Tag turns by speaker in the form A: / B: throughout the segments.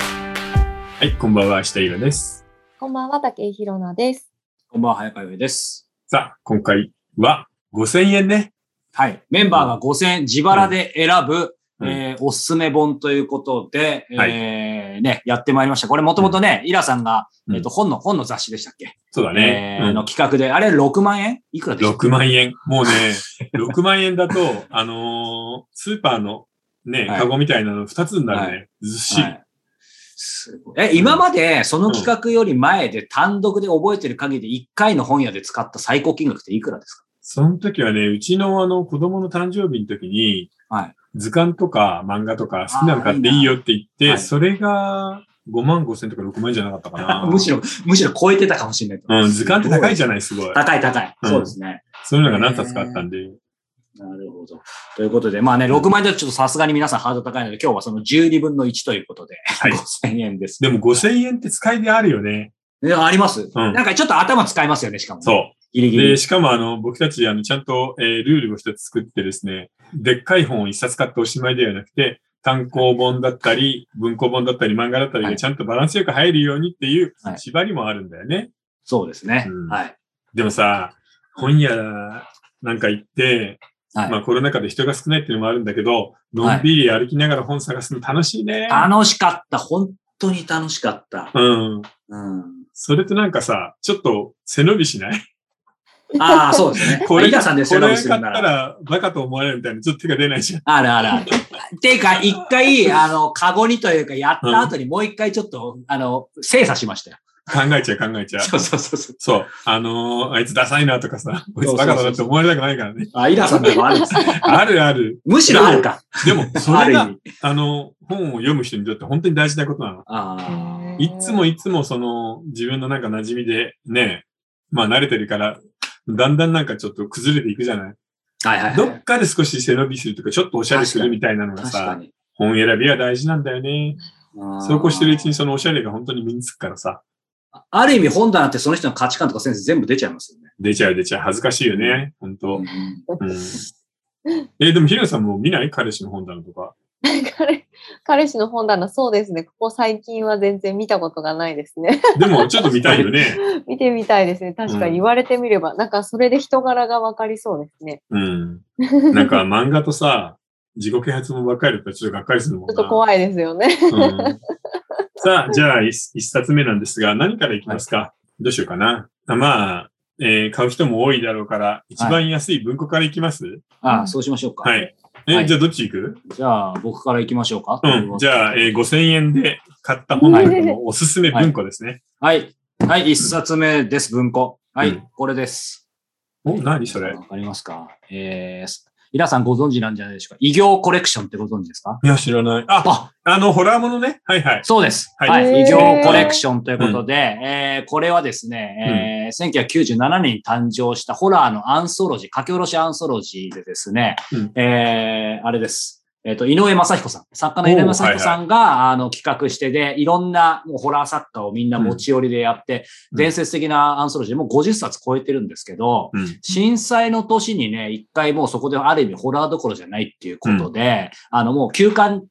A: はい、こんばんは、下井宏です。
B: こんばんは、竹井ひろなです。
C: こんばんは、早川由衣です。
A: さあ、今回は5000円ね。
C: はい。メンバーが5000円自腹で選ぶ、
A: うん
C: えーおすすめ本ということで、
A: は
C: えーね、やってまいりました。これもともとね、イラさんが、
A: うん
C: えっ、と、本の、本の雑誌でしたっけ、
A: そうだね。
C: えー
A: うん
C: の企画で、あれ6万円いくらでしたっけ
A: 6万円。もうね、6万円だと、あのースーパーのね、
C: はい
A: カゴみたいなの2つになるね。ずっしり。
C: はいすごいえ、今までその企画より前で単独で覚えてる限り1回の本屋で使った最高金額っていくらです
A: その時はね、うちのあの子供の誕生日の時に、
C: はい
A: 図鑑とか漫画とか好きなの買っていいよって言って、
C: いいなはい
A: それが5万5千とか6万じゃなかったか
C: か
A: な。
C: むしろ、むしろ超えてたかもしれないと
A: うん、図鑑って高いじゃない、すごい。
C: 高い高い。
A: うん
C: そうですね。
A: そういうのが何冊かあったんで。
C: なるほど。ということで、まあね、6万円だとちょっとさすがに皆さんハードル高いので、今日はその12分の1ということで、
A: い
C: 5000円です。
A: でも5000円って使いであるよね。
C: ねあります、
A: うん
C: なんかちょっと頭使いますよね、しかも、ね。
A: そう。
C: ギリギ
A: で、
C: リ。
A: しかもあの、僕たち、あの、ちゃんと、えールールを一つ作ってですね、でっかい本を一冊買っておしまいではなくて、単行本だったり、文庫本だったり、漫画だったり
C: は
A: が
C: い
A: ちゃんとバランスよく入るようにっていう
C: はい
A: 縛りもあるんだよね。
C: そうですね、
A: うん
C: はい。
A: でもさ、本屋なんか行って、
C: はい
A: まあコロナ禍で人が少ないっていうのもあるんだけど、のんびり歩きながら本探すの楽しいね。
C: 楽しかった。本当に楽しかった。
A: うん。
C: うん。
A: それとなんかさ、ちょっと背伸びしない
C: あ あ、そうですね。
A: これ、
C: リカさんで
A: こ
C: 選
A: れ
C: ぶ
A: 買っ
C: す
A: た
C: るなら。
A: らバカと思われるみたいな、ちょっと手が出ないじゃん。
C: あるあるある。ていうか、一回、あの、カゴにというか、やった後にもう一回ちょっと、あの、精査しましたよ。
A: 考えちゃう考えちゃう。
C: そうそうそうそう。
A: そう。あのーあいつダサいなとかさ、こいつ
C: そうそうそ
A: バ
C: う
A: カだなって思われたくないからね。
C: あ、イラさんでもあるんですね。
A: あるある。
C: むしろあるか。
A: で も、そ
C: あ
A: れ
C: る意
A: が、
C: 味。
A: あの、本を読む人にとって本当に大事なことなの。
C: ああ。
A: いっつもいっつもその、自分のなんか馴染みで、ね、まあ慣れてるから、だんだんなんかちょっと崩れていくじゃない
C: はいはい、はい。
A: どっかで少し背伸びするとか、ちょっとおしゃれするみたいなのが
C: 確か
A: さ、
C: に。
A: 本選びは大事なんだよね。そうこうしてるうちにそのおしゃれが本当に身につくからさ、
C: あーある意味本棚ってその人の価値観とかセンス全部出ちゃいますよね。
A: 出ちゃう出ちゃう。恥ずかしいよね。本当。
C: うん
A: うんえーでもヒロさんも見ない彼氏の本棚とか。
B: 彼彼氏の本棚、そうですね。ここ最近は全然見たことがないですね。
A: でもちょっと見たいよね。
B: 見てみたいですね。確か
A: うん
B: に言われてみれば、なんかそれで人柄がわかりそうですね。
A: うん。なんか漫画とさ、自己啓発もばっかりだったらちょっとがっかりするもん
B: ちょ
A: な。
B: っと怖いですよね。
A: うんさあ、じゃあ一一冊目なんですが、何からいきますか、どうしようかな。あまあ、えー買う人も多いだろうから、一番安い文庫からいきます
C: ああ、そうしましょうか。
A: はい。。え
C: はい
A: じゃあどっち行く
C: じゃあ、僕から行きましょうか。
A: うん。じゃあ、えー5000円で買った本の中のおすすめ文庫ですね。
C: はい。はい、一冊目です、文庫。はい、
A: うん
C: これです。
A: お、何それ
C: わかりますかえー、皆さんご存知なんじゃないでしょうか。異形コレクションってご存知ですか
A: いや、知らない。あ、
C: あ、
A: あの、ホラーものね。はいはい。
C: そうです。
A: は
C: はいい。
B: へー
C: 異形コレクションということで、えーこれはですね、えー1997年に誕生したホラーのアンソロジー、書き下ろしアンソロジーでですね、
A: うん
C: えーあれです。えっ、と、井上正彦さん。作家の井上正彦さんが、あの、企画してで、いろんなもうホラー作家をみんな持ち寄りでやって、
A: うん
C: 伝説的なアンソロジーでもう50冊超えてるんですけど、
A: うん。
C: 震災の年にね、一回もうそこである意味ホラーどころじゃないっていうことで、あのもう休館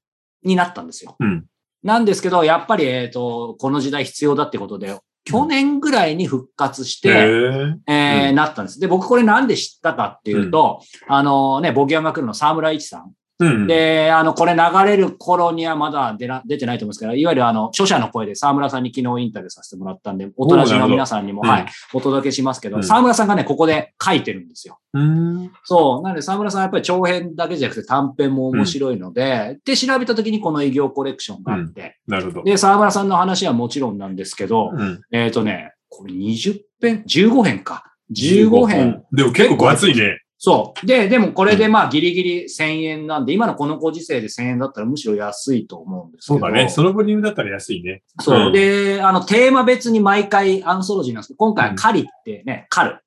C: になったんですよ。
A: うん
C: なんですけど、やっぱり、えっ、と、この時代必要だってことで、去年ぐらいに復活して、
A: へ
C: えー
A: う
C: なったんです。で、僕これなんで知ったかっていうと、あのね、ボギアンが来るの沢村一さん。
A: えうん。
C: で、あの、これ流れる頃にはまだ出な出てないと思うんですけど、いわゆるあの、著者の声で沢村さんに昨日インタビューさせてもらったんで、おとらじの皆さんにも、
A: おーな
C: は
A: るほど
C: い、お届けしますけど、
A: うん
C: 沢村さんがね、ここで書いてるんですよ。
A: うん。
C: そう。なので、沢村さんはやっぱり長編だけじゃなくて短編も面白いので、で、調べた時にこの異形コレクションがあって、
A: なるほど。
C: で、沢村さんの話はもちろんなんですけど、
A: うん。
C: えっ、とね、これ20編 ?15 編か。15編。。
A: でも結構分厚いね。
C: そう。で、でもこれでまあギリギリ1000円なんで、今のこのご時世で1000円だったらむしろ安いと思うんですけ
A: そ
C: ど。
A: うだね。そのボリュームだったら安いね。
C: そう。
A: うん
C: で、あの、テーマ別に毎回アンソロジーなんですけど、今回は狩りってね、狩る。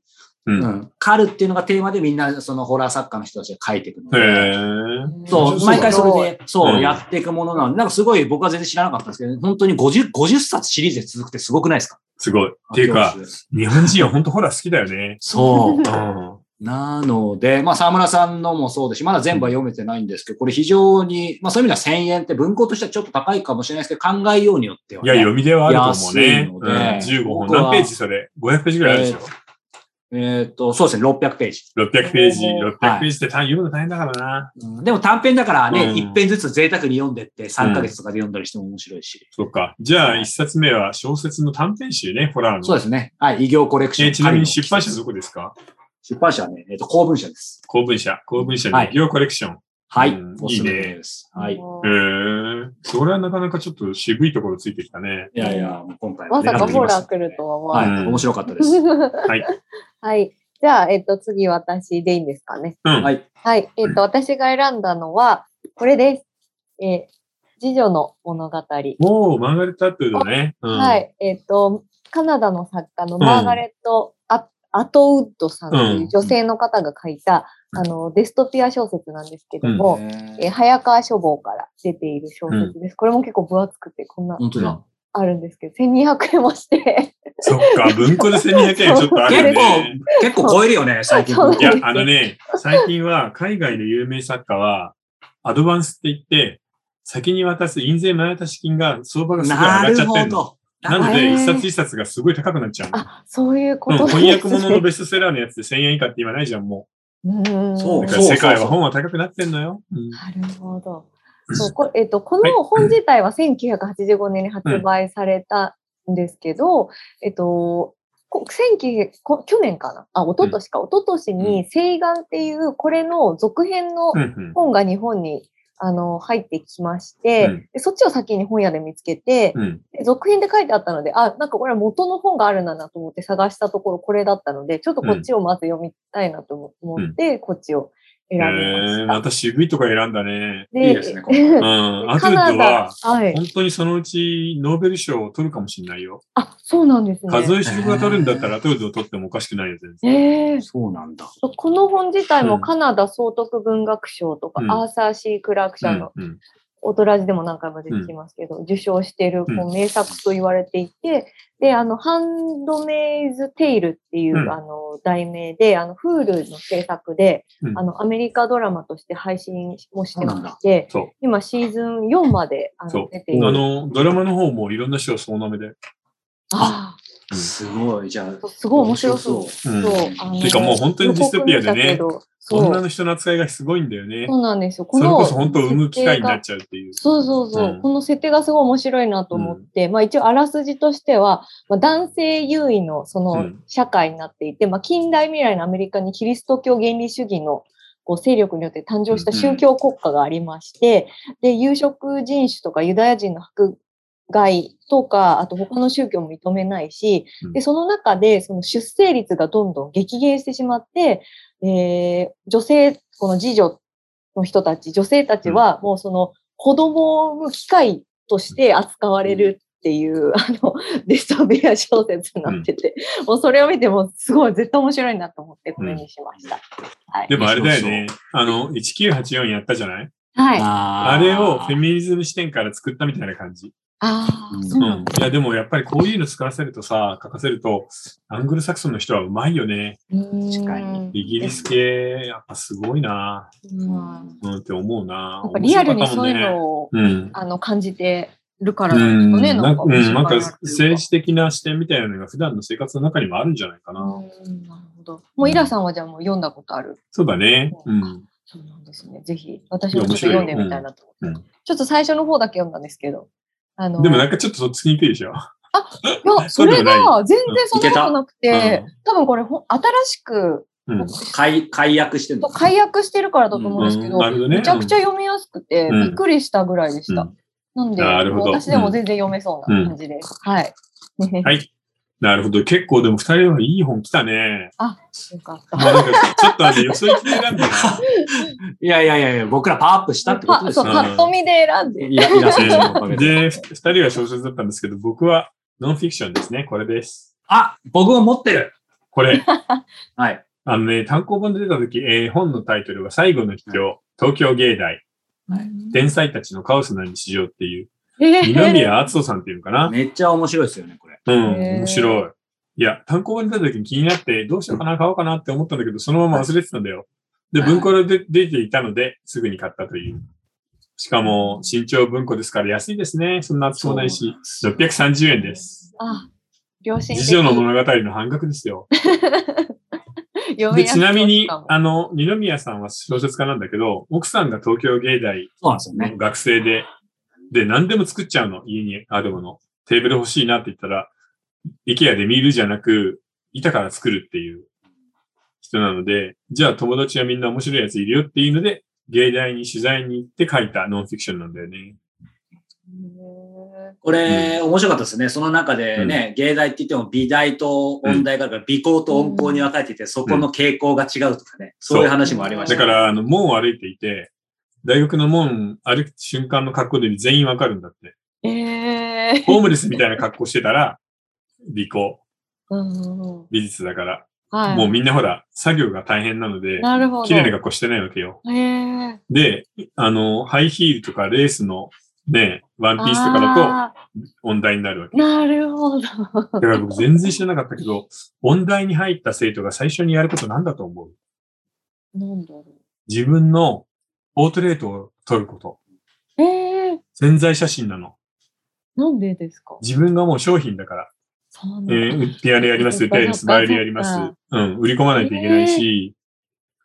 A: う。
C: うんん。狩るっていうのがテーマでみんなそのホラー作家の人たちが書いていくので。
A: へえ。う
C: そ
A: ん
C: う、毎回それで、
A: う
C: そ
A: ん
C: う、やっていくものなので、なんかすごい僕は全然知らなかったんですけど、本当に50、50冊シリーズで続くってすごくないですか
A: すごい。っていうか、、日本人は本当ホラー好きだよね。
C: そうう。
A: ん。
C: なので、まあ、沢村さんのもそうですし、まだ全部は読めてないんですけど、これ非常に、まあ、そういう意味では1000円って文庫としてはちょっと高いかもしれないですけど、考えようによっては、
A: い
C: ね。
A: や、読みではあると思う
C: 安い
A: ね。
C: の
A: うん、
C: で
A: 15本。
C: 僕は
A: 何ページそれ ?500 ページぐらいあるでしょ、
C: えっ、と、そうですね、600ページ。
A: ?600 ページ。
B: おー
C: はい
A: 600ページって単読むの大変だからな。
C: うんでも短編だからね、
A: うん
C: 一編ずつ贅沢に読んでって、3ヶ月とかで読んだりしても面白いし。
A: そっか。じゃ
C: は
A: あ、
C: い
A: 一冊目は小説の短編集ね、ホラーの。
C: そうですね。はい、異業コレクション。
A: えちなみに出版社どこですか
C: 出版社はね、えっ、と、公文社です。
A: 公文社。公文社
C: は
A: の
C: い
A: 企業コレクション。
C: はい、
A: うん
C: おすすめです。はい。い
A: へ、えそれはなかなかちょっと渋いところついてきたね。
C: やいや、もう今回は
B: ま
C: ね、
B: さ
C: な
B: か
C: んと言
B: ホ
C: いま
B: ラ
C: す
B: ー来るとは思
C: は
B: わない。
C: い、面白かったです。
A: はい。
B: はい。じゃあ、えっと、次私でいいんですかね。
A: うん。
C: はい。
B: はい。えっと、私が選んだのは、これです。えー、次女の物語。
A: もう、マーガレット・アットウッドね。うん、
B: はい。えっと、カナダの作家のマーガレット・アアトウッドさんという女性の方が書いた、あの、デストピア小説なんですけど も、えー早川書房から出ている小説です。これも結構分厚くて、こんな
C: 本当だ。
B: あるんですけど、1200円もして。
A: そっか、文庫で1200円ちょっとあるよ
C: 結構
A: ね。、
C: 結構超えるよね、最近。
B: そう
A: いや、あのね、最近は海外の有名作家は、アドバンスって言って、先に渡す印税前渡し金が相場がすごい上
C: な
A: がっち
C: る
A: ゃって
C: ほ
A: るの。
C: ど。
A: な
B: るほど
A: の
B: へ
A: で、
B: ー
A: 一冊一冊がすごい高くなっちゃうの。
B: あ、そういうこ
A: う
B: と
A: ん、
B: です
A: 翻
B: ね。
A: 訳物のベストセラーのやつで1000円以下って今ないじゃん、も。
B: うん
C: そうう
A: だから世界は本は高くなってんのよ。うん
B: なるほど。そうこえっと、この本自体は1985年に発売されたんですけど、えっと、こ1900こ去年かなあ、一昨年か。一昨年に、西岸っていう、これの続編の
A: うんうん
B: 本が日本に、あの、入ってきまして、
A: うん
B: でそっちを先に本屋で見つけて、
A: うん。
B: で続編で書いてあったので、あ、なんかこれは元の本があるんだなと思って探したところこれだったので、ちょっとこっちをまず読みたいなと思って、こっちを選びまし
A: えー、
B: た。
A: また渋いとこ選んだね。
C: いいですね、これ。
A: うん。アト
B: カ
A: ウッ
B: ナ
A: ド
B: ダ
A: は、、
B: はい。
A: 本当にそのうちノーベル賞を取るかもしれないよ。
B: あ、そうなんですね。
A: 数え主が取るんだったらアトウッドを取ってもおかしくないよ、全然。
B: ええ
C: そうなんだ。
B: この本自体
A: う
B: も
A: ん
B: カナダ総督文学賞とか、
A: うん
B: アーサー・シー・クラーク社の、
A: うんうん
B: オトラジでも何回も出てきますけど、受賞しているこ
A: う
B: う名作と言われていて、で、あの、ハンドメイズ・テイルっていう、
A: うん
B: あの、題名で、あの、フールの制作で、
A: うん
B: あの、アメリカドラマとして配信もして
C: そうな
B: ま
C: んだ
B: して、
A: そう
B: 今シーズン4まであ
A: そ
B: の
A: う
B: 出ている。
A: あの、ドラマの方もいろんな賞総なめで。
B: あ
A: うん
C: すごい、じゃあ
B: あ、。すごい面白そう。
A: うん
B: そう。あの
A: てかもう本当にディストピアでね
B: 予告見たけどそ
A: 女
B: う。
A: の人の扱いがすごいんだよね。
B: そうなんですよ。
A: それこそ本当産む機
B: 設定
A: 会にな
B: が
A: っちゃうっていう。
B: そうそうそ
A: う
B: う、
A: ん
B: この設定がすごい面白いなと思って、まあ一応あらすじとしては、まあ、男性優位のそうの
A: ん
B: 社会になっていて、まあ近代未来のアメリカにキリスト教原理主義のこう勢力によって誕生した宗教国家がありまして、で、有色人種とかユダヤ人の迫害とか、あと他の宗教も認めないし
A: う、ん
B: で、その中でその出生率がどんどん激減してしまって、えー女性、この次女の人たち、女性たちはもうその子供を産む機会として扱われるっていう、あの、ディストピア小説になってて、もうそれを見てもすごい絶対面白いなと思ってこれにしました。はい。
A: でもあれだよね。あの、1984やったじゃない
B: はい。あ
C: あ
A: あれをフェミニズム視点から作ったみたいな感じ。
B: あ
C: う
B: ー、
C: ん
B: そうなんだ。
A: いや、でもやっぱりこういうの使わせるとさ、書かせると、アングルサクソンの人はうまいよね。
C: 確かに
A: イギリス系、やっぱすごいな
B: うん。や
A: うんって思うな
B: っぱリアルにそういうのを、
A: 面白かったもんね
B: あの感じてるから
A: う
B: なん
A: ん。
B: ですかね。
A: なんか、うんなんか政
B: 治
A: 治的な視点みたいなのが普段の生活の中にもあるんじゃないかな。
B: うん、なるほど。もうイラさんはじゃあもう読んだことある
A: そうだね。うん。
B: そうなんですね。ぜひ、私もちょっと読んでみたいなと思って、
A: いや面白いようん
B: ちょっと最初の方だけ読んだんですけど。あの
A: でもなんかちょっとそっちにくいでしょ。
B: いや、
A: そ
B: そう
A: でも
B: れ
A: ない
B: が全然そんなことなく
A: いけ
B: て
A: た、
B: 多分これほん新しく
A: うん。
C: 解、解約してるの。
B: 解約してるからだと思うんですけど、
A: なるほどね。
B: めちゃくちゃ読みやすくて、
A: うん
B: びっくりしたぐらいでした。
A: うん
B: なんで、
A: なるほど
B: 私でも全然読めそうな感じです。はい。
A: うんはい。なるほど。結構でも二人はいい本来たね。
B: よかっ
A: も
B: た。
A: うなんかちょっとあの、よそ行きで選んだな。
C: いやいやいやいや、僕らパワーアップしたってこと
B: パ
C: です
B: そう
C: ね。
B: パッと見で選んで。
C: いや、いらっしゃいませおかげ で
A: で、二人は小説だったんですけど、僕はノンフィクションですね。これです。
C: あ、僕も持ってる。
A: これ。
C: はい。
A: あのね、単行本で出た時、えー本のタイトルが最後の秘境、東京芸大、
C: はい
A: 天才たちのカオスな日常っていう、
B: えー
A: 二宮敦夫さんっていうのかな。
C: めっちゃ面白いですよね、これ。
A: うん、
B: へー
A: 面白い。いや、単行本に出た時に気になって、どうしようかな、買おうかなって思ったんだけど、そのまま忘れてたんだよ。で、文庫で出出ていたので、すぐに買ったという。しかも、新潮文庫ですから安いですね。そんな厚くもないし、630円です。
B: あ、両親
A: 次女の物語の半額ですよ。
B: 読み
A: で、
B: やす
A: ち
B: い
A: なみに
B: か、も
A: あの、二宮さんは小説家なんだけど、奥さんが東京芸大
C: そうなんですよね。
A: の学生で、で、何でも作っちゃうの、家にあるもの。テーブル欲しいなって言ったら、IKEA で見るじゃなく、板から作るっていう人なので、じゃあ友達はみんな面白いやついるよっていうので、芸大に取材に行って書いたノンフィクションなんだよね。
B: へ
C: これ、面白かったですね。その中でね、芸大って言っても美大と音大があるから、美高と音高に分かれていて、そこの傾向が違うとかね、そういう話もありまし
A: だ
C: た。
A: から、あの、門を歩いていて、大学の門歩く瞬間の格好で全員わかるんだって。
B: ーえー。
A: ホームレスみたいな格好してたら、理工、
B: うんうんうん
A: 美術だから、
B: はい。
A: もうみんなほら、作業が大変なので、
B: なるほど。
A: 綺麗な格好してないわけよ。
B: へえ。
A: で、あの、ハイヒールとかレースのね、ワンピースとかだと
B: あ
A: 音大になるわ
B: ー
A: け。
B: なるほど。
A: だから僕全然知らなかったけど、音大に入った生徒が最初にやることなんだと思う
B: なんだろ
A: 自分のポートレートを撮ること。
B: う。えー、
A: 潜在写真なの。
B: なんでですか
A: 自分がもう商品だから。
B: そうなん
A: え
B: だ
A: ー、ピアノやります、歌やります、
B: そっか
A: バイオリンやります
B: そっ。
A: うん、売り込まないといけないし、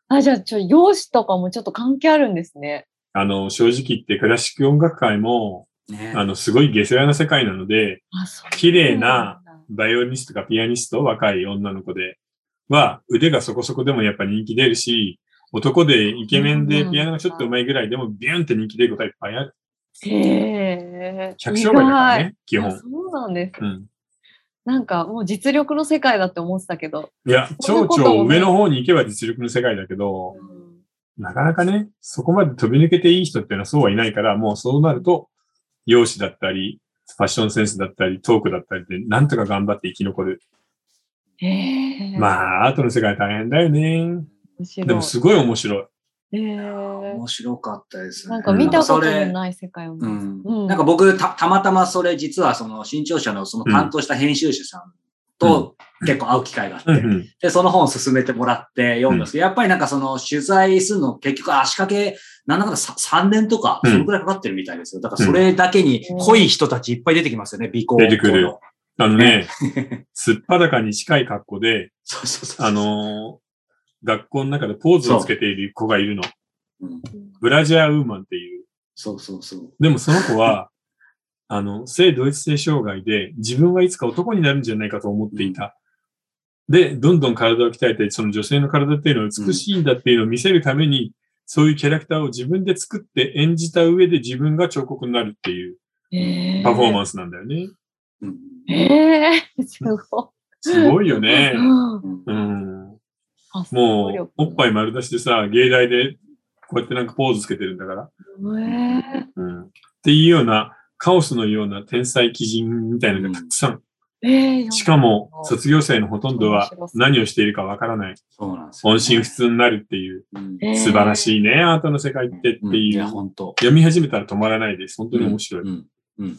B: あ、じゃあ、ちょ、容姿とかもちょっと関係あるんですね。
A: あの、正直言ってクラシック音楽界も、
C: ね
A: あの、すごい下世話な世界なので、
B: あ、そう。
A: 綺麗な。バイオリニストかピアニスト、若い女の子では、腕がそこそこでもやっぱ人気出るし、男でイケメンでピアノがちょっと上手いぐらいでもビューンって人気出ることはいっぱいある。
B: へえ。
A: 客商売だからね、基
B: 意外。
A: 本
B: あ。そうなんです。
A: うん。
B: なんか、もう実力の世界だって思ってたけど。
A: いや、
B: そ
A: 蝶
B: ういうことも
A: 々
B: ね
A: 上の方に行けば実力の世界だけど、なかなかね、そこまで飛び抜けていい人っていうのはそうはいないから、もうそうなると、容姿だったり、ファッションセンスだったり、トークだったりで、なんとか頑張って生き残る。
B: へえ。
A: ま
B: あ、
A: あ、アートの世界大変だよね。
B: 面白い。
A: でもすごい面白い。
B: へ
C: いやー
B: え。
C: 面白かったですね。
B: なんか見たこと
C: それ
B: のない世界を見
C: う
B: まし
C: ん
B: うん
C: なんか僕た、たまたまそれ実はその新潮社のその担当した編集者さんと結構会う機会があって、
A: うんうん
C: で、その本を勧めてもらって読んだんですけど、やっぱりなんかその取材するの結局足掛け、なんだかんださ3年とか、
A: うん
C: そのくらいかかってるみたいですよ。だからそれだけに濃い人たちいっぱい出てきますよね、美行。
A: 出てくるよ。あのね、 すっぱだかに近い格好で、
C: そうそうそう。
A: あ、のー学校の中でポーズをつけている子がいるの。
C: うん、
A: ブラジャーウーマンっていう。
C: そうそうそう。
A: でもその子は、あの、性同一性障害で、自分はいつか男になるんじゃないかと思っていた。で、どんどん体を鍛えて、その女性の体っていうのは美しいんだっていうのを見せるために、そういうキャラクターを自分で作って演じた上で自分が彫刻になるっていう
B: へえ。
A: パフォーマ
B: ン
A: ンスなんだよね。
C: うん
B: ス。へえ。すご
A: すごいよ
B: い。
A: ね。
B: うん
C: うん
A: うん。
B: あ想像
A: も
B: 力
A: う、おっぱい丸出しでさ、芸大で、こうやってなんかポーズつけてるんだから。
B: へえ。
A: うん。っていうような、カオスのような天才奇人みたいなのがたくさん。
B: ええ
A: しかも、卒業生のほとんどは何をしているかわからない。
C: そうなんですよ、
A: 音信不通になるっていう、
C: うん
B: えー
A: 素晴らしいね、アートの世界ってって
C: うんい
A: い
C: や、
A: う。
C: 本当。
A: 読み始めたら止まらないです。本当に面白い。
C: うん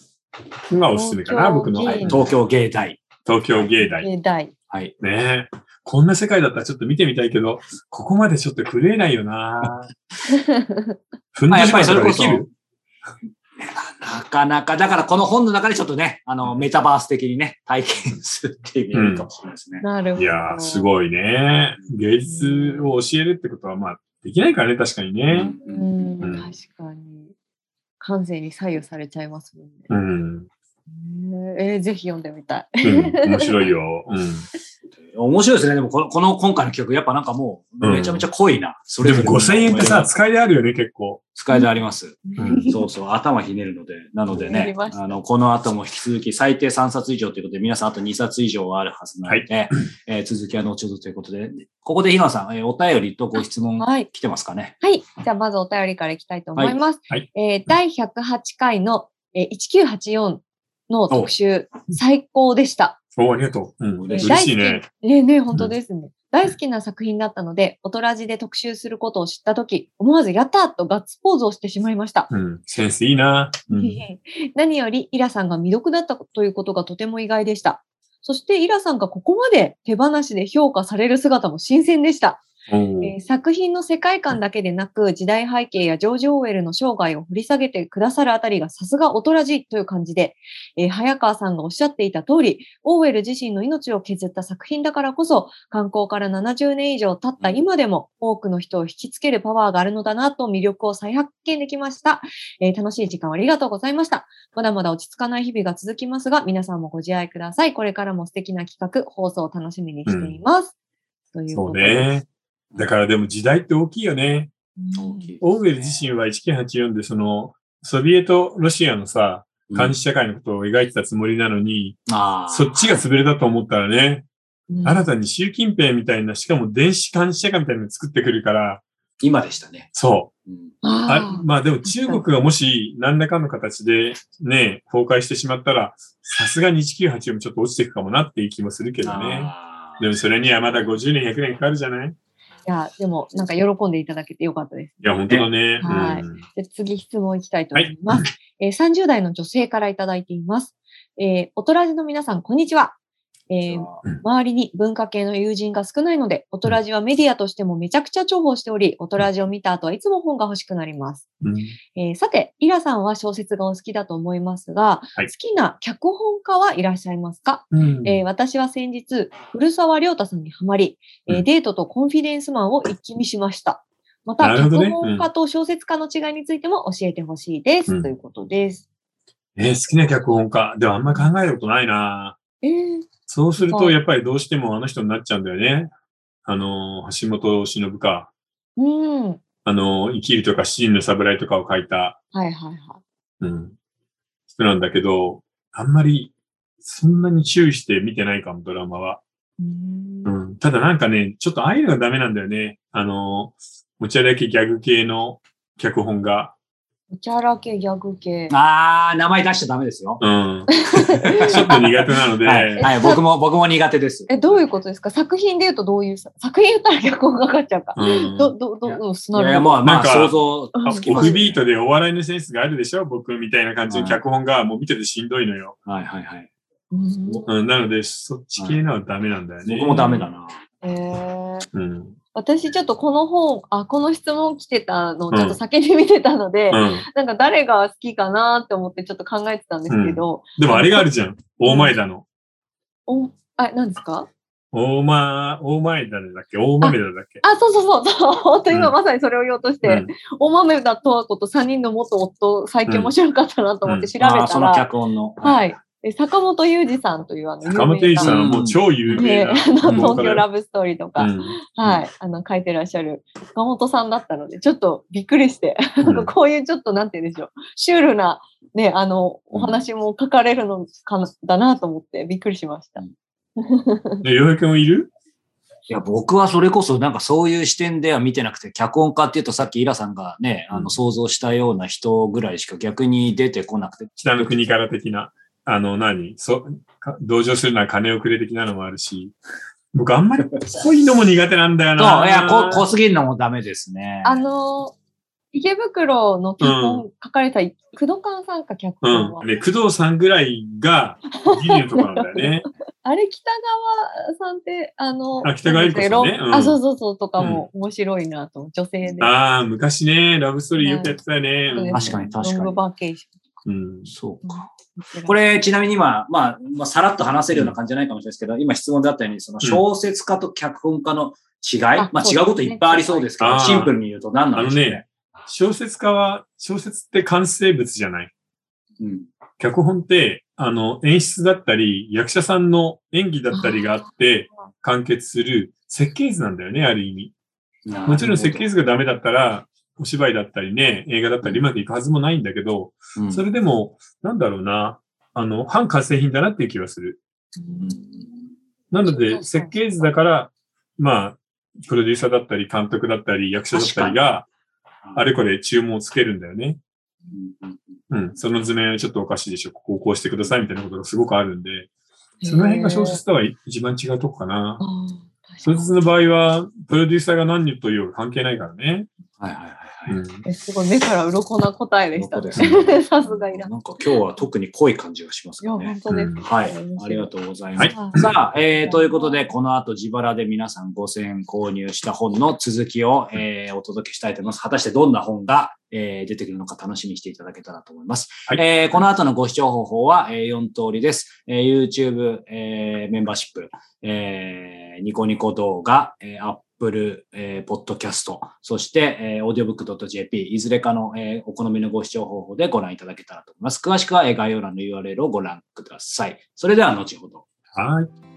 A: 今おすすめかな、僕の。は
B: 東京
A: い
C: 東京芸大。
A: 東京芸大。
B: 芸大。
C: はい。
A: ねえ。こんな世界だったらちょっと見てみたいけど、ここまでちょっと狂えないよな。ふんど
C: あやっ
A: し
C: ぱ
A: ま
C: り
A: とか
C: それこ
A: で
C: そ
A: きる
C: なかなか、だからこの本の中でちょっとね、あの、メタバース的にね、体験するっていう意味がいいかもしれないですね。
B: なるほど。
A: いやー、す
B: い。
A: ごいね。芸術を教えるってことは、まあ、できないからね、確かにね。
B: う
C: うん
B: ん、
A: うん
B: 確かに。感性に左右されちゃいますもんね。
A: うん。
B: えー、ぜひ読んでみたい。
A: うん、面白いよ。うん。
C: 面白いですね。でもこの、この今回の企画、やっぱなんかもう、
A: うん
C: めちゃめちゃ濃いな。それ
A: で
C: ぞ
A: も
C: れの
A: 5000円ってさ、、使いであるよね、結構。
C: 使いであります。
A: うん
C: そうそう、頭ひねるので、なので
B: わかり
C: ね
B: まし、た
C: あの、この後も引き続き最低3冊以上ということで、皆さんあと2冊以上はあるはずなので、えー続きは後ほどということで、ここでひなさん、えーお便りとご質問
B: はい。
C: 来てますかね。
B: はい。じゃあ、まずお便りからいきたいと思います。
A: はい
B: えー第108回の、えー、1984の特集、最高でした。
A: おありがとう。うん、
C: 嬉
A: 嬉
C: しい
A: しいね。
B: ねえねえ、本当ですね。大好きな作品だったので、大人じで特集することを知ったとき、思わずやったーとガッツポーズをしてしまいました。
A: うん、センスいいな。うん。
B: 何より、イラさんが未読だったということがとても意外でした。そしてイラさんがここまで手放しで評価される姿も新鮮でした。
A: お
B: え
A: ー
B: ー作品の世界観だけでなく、時代背景やジョージ・オーウェルの生涯を掘り下げてくださるあたりがさすが大人じいという感じで、えー早川さんがおっしゃっていた通り、オーウェル自身の命を削った作品だからこそ、観光から70年以上経った今でも多くの人を引きつけるパワーがあるのだなと魅力を再発見できました。えー楽しい時間をありがとうございました。まだまだ落ち着かない日々が続きますが、皆さんもご自愛ください。これからも素敵な企画、放送を楽しみにしています。という
A: そ
B: こ
A: う
B: とで
A: ね。だからでも時代って大きいよね。
B: す。
C: 大きいですね
A: オーウェル自身は1984でその、ソビエト、ロシアのさ、
C: う
A: 管
C: ん
A: 理社会のことを描いてたつもりなのに、
C: ああ。
A: そっちが潰れたと思ったらね、
B: うん
A: 新たに習近平みたいな、しかも電子監視社会みたいなの作ってくるから、
C: 今でしたね。
A: そう。
C: うん
A: あ
B: あ
A: まあでも中国がもし何らかの形でね、崩壊してしまったら、さすがに1984もちょっと落ちていくかもなっていう気もするけどね。
C: あー
A: でもそれにはまだ50年、100年かかるじゃないい
B: いや、でも、なんか喜んでいただけてよかったです。
A: や、本当だね。
B: はい
A: うん
B: で次、質問いきたいと思います。 えー30代の女性からいただいています。えー、おとらじの皆さん、こんにちは。えー周りに文化系の友人が少ないので、おとらじはメディアとしてもめちゃくちゃ重宝しており、おとらじを見た後はいつも本が欲しくなります。
A: うん
B: えーさて、イラさんは小説がお好きだと思いますが、
A: はい
B: 好きな脚本家はいらっしゃいますか
A: うん
B: えー私は先日、古澤亮太さんにハマり、えー
A: うん
B: デートとコンフィデンスマンを一気見しました。また、
A: なるほ
B: 脚
A: どね
B: 本家と小説家の違いについても教えてほしいです、
A: うん
B: ということです。
A: えー好きな脚本家。でもあんま考えたことないな
B: えー
A: そうする
B: そ
A: と、
B: う
A: やっぱりどうしてもあの人になっちゃうんだよね。あのー、橋本忍か。
B: うん。
A: あのー、生きるとか死人の侍とかを書いた、
B: はいはいはい。
A: うん、人なんだけど、あんまり、そんなに注意して見てないかも、ドラマは。
B: うーん
A: うん。ただなんかね、ちょっとああいうのがダメなんだよね。あのー、持ち歩きギャグ系の脚本が。
B: おちゃらけ、ギャグ系。
C: ああ、名前出しちゃダメですよ。
A: うん。ちょっと苦手なので、
C: はい、はい、僕も、僕も苦 手です。
B: え、どういうことですか作品で言うとどういうさ、作品言ったら脚本がかかっちゃうか。
A: うん
B: ど、ど、ど、
C: いや
B: うん、す
C: い
B: な
C: やいや、
B: る
C: まあ
A: な
C: ま
A: ん
C: あ、
A: か
C: 想像
B: あ
C: つき
A: オ
C: ます
A: フ
C: よね。
A: ビートでお笑いのセンスがあるでしょ僕みたいな感じの脚本がもう見ててしんどいのよ。
C: はいはいはい。
B: うん
A: うん、なので、そっち系のはダメなんだよね。
C: 僕もダメだな。
B: えー
A: うん。
B: 私ちょっとこの本、あ、この質問来てたのをちょっと先に見てたので、
A: うん。
B: なんか誰が好きかなって思ってちょっと考えてたんですけど、
A: でもあれがあるじゃん。大前田の。
B: お、あ、何ですか
A: 大ま、大前田だっけ大豆田だっけ
B: あ、そうそう そう、そう、本当に今まさにそれを言おうとして、
A: うん
B: 大豆田とわ子と3人の元夫、最近面白かったなと思って調べたら、
C: あーその脚本の。
B: はい。え坂本裕二さんというあの、
A: 坂本龍一さんはもう超有
B: 有名
A: 名
B: な
A: な。
B: ねあ
A: ボーカ
B: の東京
A: ル
B: ラブストーリーとか、
A: うん
B: はい、あの、書いてらっしゃる坂本さんだったので、ちょっとびっくりして、
A: う
B: なん
A: ん
B: か こういうちょっとなんて言うんでしょう、シュールな、ね、あの、お話も書かれるのかな、だなと思ってびっくりしました。
A: で、洋平くんもいる
C: いや、僕はそれこそなんかそういう視点では見てなくて、脚本家っていうとさっきイラさんがね、あ
A: う
C: の
A: ん
C: 想像したような人ぐらいしか逆に出てこなくて。
A: 北の国から的な。あの、何そ、か同情するなら金をくれ的なのもあるし。僕あんまりこういうのも苦手なんだよ
C: そう
A: な。
C: いや、こ濃すぎるのもダメですね。
B: あの、池袋の脚本書かれた、工藤勘さんか脚本は、
A: うん。で、工藤さんぐらいが、ギリのとこなんだよ ね。
B: あれ北川さんって、あの、
A: あ北川悦子さんね
B: ロ
A: うん
B: あ、そうそうそうとかも面白いなと、女性で。
A: ああ、昔ね、ラブストーリーよくやってたよね。
B: そうです
C: 確かに確かに
B: ロングバケーシ
A: うん。
C: そうか。
B: ョン。
C: これ、ちなみに今、まあ、まあ、さらっと話せるような感じじゃないかもしれないですけど、今質問であったように、その小説家と脚本家の違い、
B: あ
C: まあ
B: そうです
C: 違
B: ね
C: うこといっぱいありそうですけ
A: あー
C: ど、シンプルに言うと何なんでしょう
A: あの
C: ね
A: ね。小説家は、小説って完成物じゃない。
C: うん
A: 脚本って、あの、演出だったり、役者さんの演技だったりがあって、完結する設計図なんだよね、ある意味。もちろん設計図がダメだったら、お芝居だったりね、映画だったりうまくいくはずもないんだけど、
C: うん
A: それでも、なんだろうな、あの、反完成品だなっていう気がする。
C: うん
A: なの
B: そうそう
A: で、設計図だから、まあ、プロデューサーだったり、監督だったり、役者だったりが、あれこれ注文をつけるんだよね。
C: うん
A: うん。その図面ちょっとおかしいでしょ。ここをこうしてくださいみたいなことがすごくあるんで、その辺が小説とは一番違うとこかな
B: あ。ー確か
A: 小
B: に
A: 説の場合は、プロデューサーが何言うと言おうが関係ないからね。
C: はいはいはいははい。
B: えすごい、目から鱗な答えでした
C: 鱗
B: ね
C: で。す ね
B: さすがいらん。い
C: なんか今日は特に濃い感じがします
B: や、
C: よ
B: 本
C: ね。
B: 当です。
A: うん
C: はい
B: 面白。
C: ありがとうございます。
A: はい
B: はい
C: さあ、えー、ということで、この後自腹で皆さん5000円購入した本の続きを、えー、お届けしたいと思います。果たしてどんな本が、えー、出てくるのか楽しみにしていただけたらと思います。
A: はい
C: えー、この後のご視聴方法は、えー、4通りです。えー、YouTube、えー、メンバーシップ、えー、ニコニコ動画、えー、アップ Apple、えー、Podcast、そして、えー、audiobook.jp、いずれかの、えーお好みのご視聴方法でご覧いただけたらと思います。詳しくは、えー概要欄の URL をご覧ください。それでは、後ほど。
A: はい。